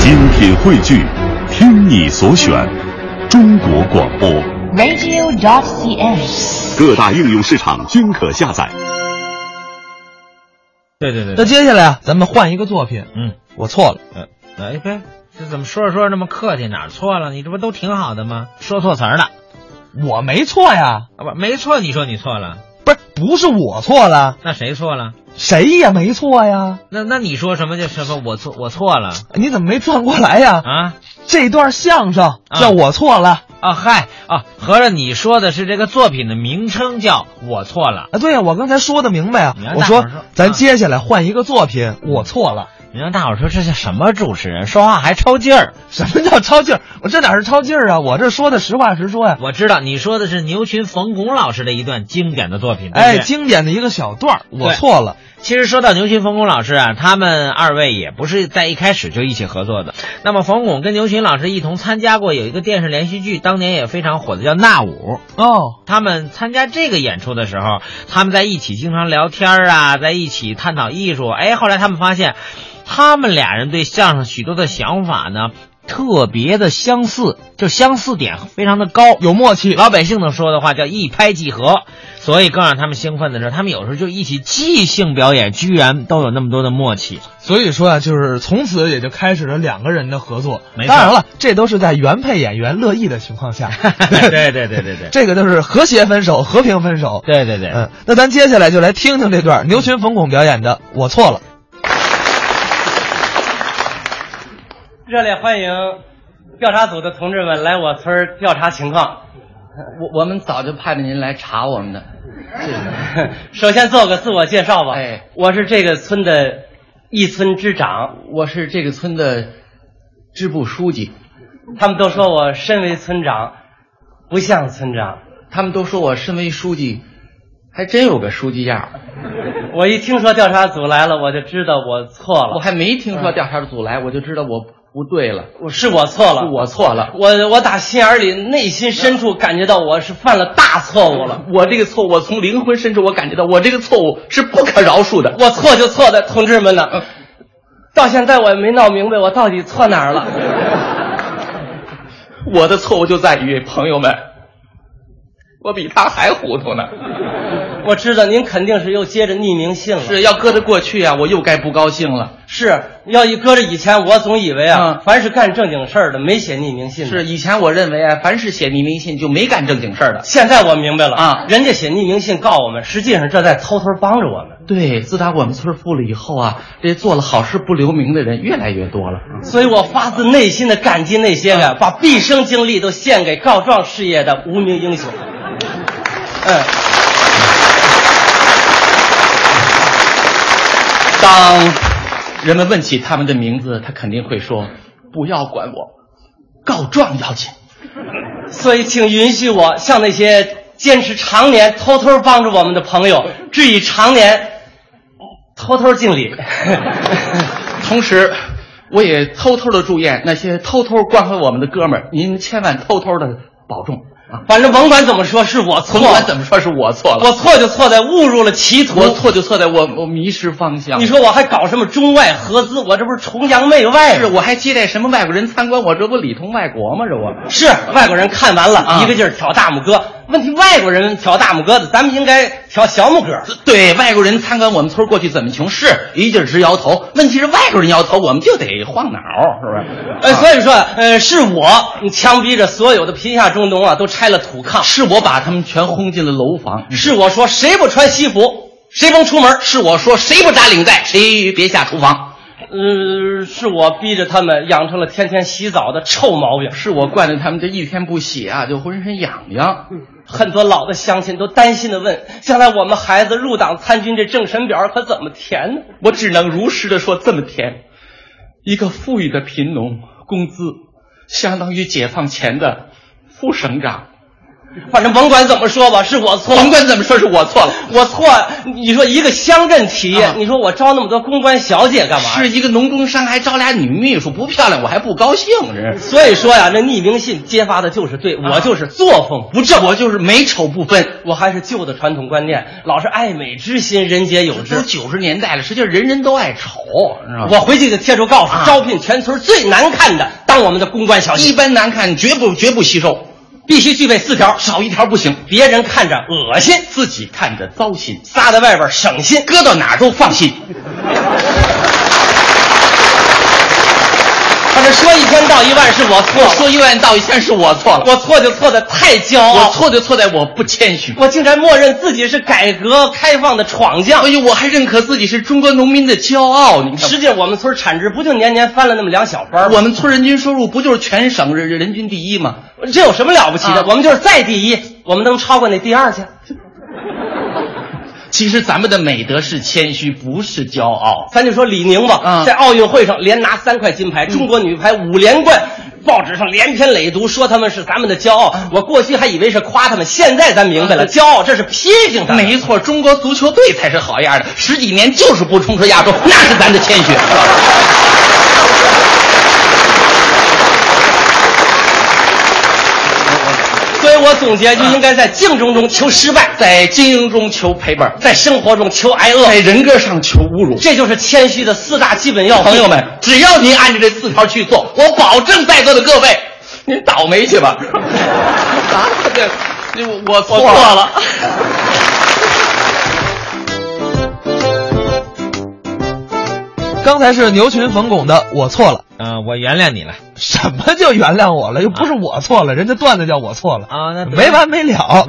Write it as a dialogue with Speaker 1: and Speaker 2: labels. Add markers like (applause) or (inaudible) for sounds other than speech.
Speaker 1: 精品汇聚，听你所选，中国广播。
Speaker 2: radio.cn。
Speaker 1: 各大应用市场均可下载。
Speaker 3: 对对
Speaker 4: 那
Speaker 3: 对，
Speaker 4: 接下来啊，咱们换一个作品。
Speaker 3: 嗯，
Speaker 4: 我错了，
Speaker 3: 嗯，哎别，这怎么说着说着那么客气？哪儿错了？你这不都挺好的吗？说错词儿了，
Speaker 4: 我没错呀，
Speaker 3: 啊不，没错，你说你错了，
Speaker 4: 不是不是我错了，
Speaker 3: 那谁错了？
Speaker 4: 谁也没错呀，
Speaker 3: 那那你说什么就什么，我错我错了
Speaker 4: 你怎么没转过来呀？
Speaker 3: 啊
Speaker 4: 这段相声叫
Speaker 3: 啊
Speaker 4: 我错了
Speaker 3: 啊嗨啊，合着你说的是这个作品的名称叫我错了，
Speaker 4: 啊，对呀，我刚才说的明白啊
Speaker 3: 你，让
Speaker 4: 我
Speaker 3: 大伙
Speaker 4: 说啊
Speaker 3: 儿说
Speaker 4: 咱
Speaker 3: 啊
Speaker 4: 接下来换一个作品，我错了。
Speaker 3: 你让大伙儿说这是什么主持人，说话还抽筋儿。
Speaker 4: 什么叫超劲儿？我这哪是超劲儿啊？我这说的实话实说呀。
Speaker 3: 我知道你说的是牛群冯巩老师的一段经典的作品，对不
Speaker 4: 哎，
Speaker 3: 对
Speaker 4: 经典的一个小段儿，我
Speaker 3: 对
Speaker 4: 错了。
Speaker 3: 其实说到牛群、冯巩老师啊，他们二位也不是在一开始就一起合作的。那么冯巩跟牛群老师一同参加过有一个电视连续剧，当年也非常火的叫《那舞》。
Speaker 4: 哦，
Speaker 3: 他们参加这个演出的时候，他们在一起经常聊天啊，在一起探讨艺术。哎，后来他们发现，他们俩人对相声许多的想法呢，特别的相似，就相似点非常的高。
Speaker 4: 有默契。
Speaker 3: 老百姓的说的话叫一拍即合，所以更让他们兴奋的是，他们有时候就一起即兴表演，居然都有那么多的默契。 (laughs)
Speaker 4: 所以说啊，就是从此也就开始了两个人的合作。
Speaker 3: 没错
Speaker 4: 当然了，这都是在原配演员乐意的情况 (laughs) 下。
Speaker 3: 对对对对对
Speaker 4: (laughs) 这个都是和谐分手，和平分手。
Speaker 3: 对对对，
Speaker 4: 嗯，那咱接下来就来听听这段牛群冯巩表演的《我错了
Speaker 5: 热烈欢迎调查组的同志们来我村儿调查情况。
Speaker 6: 我我们早就派着您来查我们的，这个
Speaker 5: (laughs) 首先做个自我介绍吧，
Speaker 6: 哎
Speaker 5: 我是这个村的一村之长，
Speaker 6: 我是这个村的支部书记，
Speaker 5: 他们都说我身为村长不像村长，
Speaker 6: 他们都说我身为书记，还真有个书记样儿。
Speaker 5: 啊我一听说调查组来了，我就知道我错
Speaker 6: 我
Speaker 5: 了，
Speaker 6: 还没听说调查组
Speaker 5: 嗯
Speaker 6: 来，我就知道我不对了，
Speaker 5: 我是我错
Speaker 6: 是
Speaker 5: 了，
Speaker 6: 我错了。
Speaker 5: 我我打心眼儿里内心深处感觉到我是犯了大错误了，
Speaker 6: 我这个错误，我从灵魂深处我感觉到，我这个错误是不可饶恕的。
Speaker 5: 我错就错的，同志们呢，到现在我也没闹明白我到底错哪儿了。
Speaker 6: (laughs) 我的错误就在于，朋友们，我比他还糊涂呢。
Speaker 5: 我知道您肯定是又接着匿名信了，
Speaker 6: 是要搁着过去啊，我又该不高兴了。
Speaker 5: 是要一搁着以前，我总以为啊，
Speaker 6: 嗯
Speaker 5: 凡是干正经事儿的，没写匿名信的。
Speaker 6: 是，以前我认为啊，凡是写匿名信就没干正经事儿的。
Speaker 5: 现在我明白了
Speaker 6: 啊
Speaker 5: 人家写匿名信告我们，实际上这在偷偷帮着我们。
Speaker 6: 对，自打我们村儿富了以后啊，这做了好事不留名的人越来越多了。
Speaker 5: 所以我发自内心的感激那些个、嗯把毕生精力都献给告状事业的无名英雄。嗯，
Speaker 6: 当人们问起他们的名字，他肯定会说：“不要管我，告状要 (laughs) 紧。
Speaker 5: 所以请允许我向那些坚持常年偷偷帮助我们的朋友，致以常年偷偷敬 (laughs) 礼。”
Speaker 6: 同时，我也偷偷的祝愿那些偷偷关怀我们的哥们儿，您千万偷偷的保重啊！
Speaker 5: 反正甭管怎么说，是我错
Speaker 6: 甭
Speaker 5: 了。
Speaker 6: 管怎么说，是我错
Speaker 5: 我
Speaker 6: 了，
Speaker 5: 错就错在误入了歧途。
Speaker 6: 我错就错在我我迷失方向。
Speaker 5: 你。说我还搞什么中外合资？我这不是崇洋媚外
Speaker 6: 是，
Speaker 5: 吗？
Speaker 6: 我还接待什么外国人参观，我这不里通外国吗？这我
Speaker 5: 是外国人看完了，
Speaker 6: 啊
Speaker 5: 一个劲儿挑大拇哥。问题外国人挑大拇哥的，咱们应该挑小拇哥。
Speaker 6: 对外国人参观我们村儿过去怎么穷，是一劲儿直摇头。问题是外国人摇头，我们就得晃脑儿，是不是？
Speaker 5: 呃，
Speaker 6: 啊
Speaker 5: 所以说，呃，是我强逼着所有的贫下中农啊，都拆了土炕。
Speaker 6: 是我把他们全轰进了楼房，
Speaker 5: 是我说谁不穿西服，谁甭出门。
Speaker 6: 是我说谁不扎领带，谁别下厨房，
Speaker 5: 呃，是我逼着他们养成了天天洗澡的臭毛病。
Speaker 6: 是我惯着他们这一天不洗啊，就浑身痒痒。
Speaker 5: 很多老的乡亲都担心的问：将来我们孩子入党参军，这政审表可怎么填呢？
Speaker 6: 我只能如实的说，这么甜。一个富裕的贫农，工资相当于解放前的副省长。
Speaker 5: 反正甭管怎么说吧，是我错了，
Speaker 6: 甭管怎么说，是我错了。
Speaker 5: 我错了。你说一个乡镇企业，
Speaker 6: 啊
Speaker 5: 你说我招那么多公关小姐干嘛？
Speaker 6: 是一个农工商，还招俩女秘书，不漂亮我还不高兴，这是。
Speaker 5: 所以说呀，那匿名信揭发的就是对、我，就是作风不正，
Speaker 6: 啊我就是美丑不分。
Speaker 5: 我还是旧的传统观念，老是爱美之心，人皆有
Speaker 6: 都
Speaker 5: 之。
Speaker 6: 九十年代了，实际上人人都爱丑，你知道
Speaker 5: 我
Speaker 6: 吗？
Speaker 5: 回去就贴出告示，招聘全村最难看的当我们的公关小
Speaker 6: 啊一
Speaker 5: 姐，
Speaker 6: 般难看，绝不绝不吸收，
Speaker 5: 必须具备四条，
Speaker 6: 少一条不行，
Speaker 5: 别人看着恶心，
Speaker 6: 自己看着糟心，
Speaker 5: 撒在外边省心。
Speaker 6: 搁到哪儿都放心。
Speaker 5: 反正说一千道一万是我错了，
Speaker 6: 说一万道一千是我错了，
Speaker 5: 我错就错的太骄
Speaker 6: 我
Speaker 5: 傲，
Speaker 6: 错就错在我不谦虚。
Speaker 5: 我竟然默认自己是改革开放的闯将
Speaker 6: 哎。呦，我还认可自己是中国农民的骄傲，你看。
Speaker 5: 实际上，我们村产值不就年年翻了那么两小番吗？
Speaker 6: 我们村人均收入不就是全省人人均第一吗？
Speaker 5: 这有什么了不起的？
Speaker 6: 啊
Speaker 5: 我们就是再第一，我们能超过那第二去？
Speaker 6: 其实咱们的美德是谦虚，不是骄傲。
Speaker 5: 咱就说李宁吧，
Speaker 6: 啊嗯
Speaker 5: 在奥运会上连拿三块金牌，中国女排五连冠，报纸上连篇累牍说他们是咱们的骄傲。
Speaker 6: 啊
Speaker 5: 我过去还以为是夸他们，现在咱明白了，骄傲这是批评他们。
Speaker 6: 没错，中国足球队才是好样的，十几年就是不冲出亚洲，那是咱的谦虚。
Speaker 5: 所以我总结就应该在竞争中求失败，
Speaker 6: 在经营中求赔本，
Speaker 5: 在生活中求挨饿，
Speaker 6: 在人格上求侮辱。
Speaker 5: 这就是谦虚的四大基本要素。
Speaker 6: 朋友们，只要您按照这四条去做，我保证在座的各位，您倒霉去吧。啊，对，我我错
Speaker 5: (laughs) 我错
Speaker 6: 了。
Speaker 4: 刚才是牛群冯巩的，我错了。
Speaker 3: 啊，我原谅你了
Speaker 4: 什么就原谅我了？又不是我错了，人家段子叫我错了
Speaker 3: 啊啊那对 (laughs)
Speaker 4: 没完没了。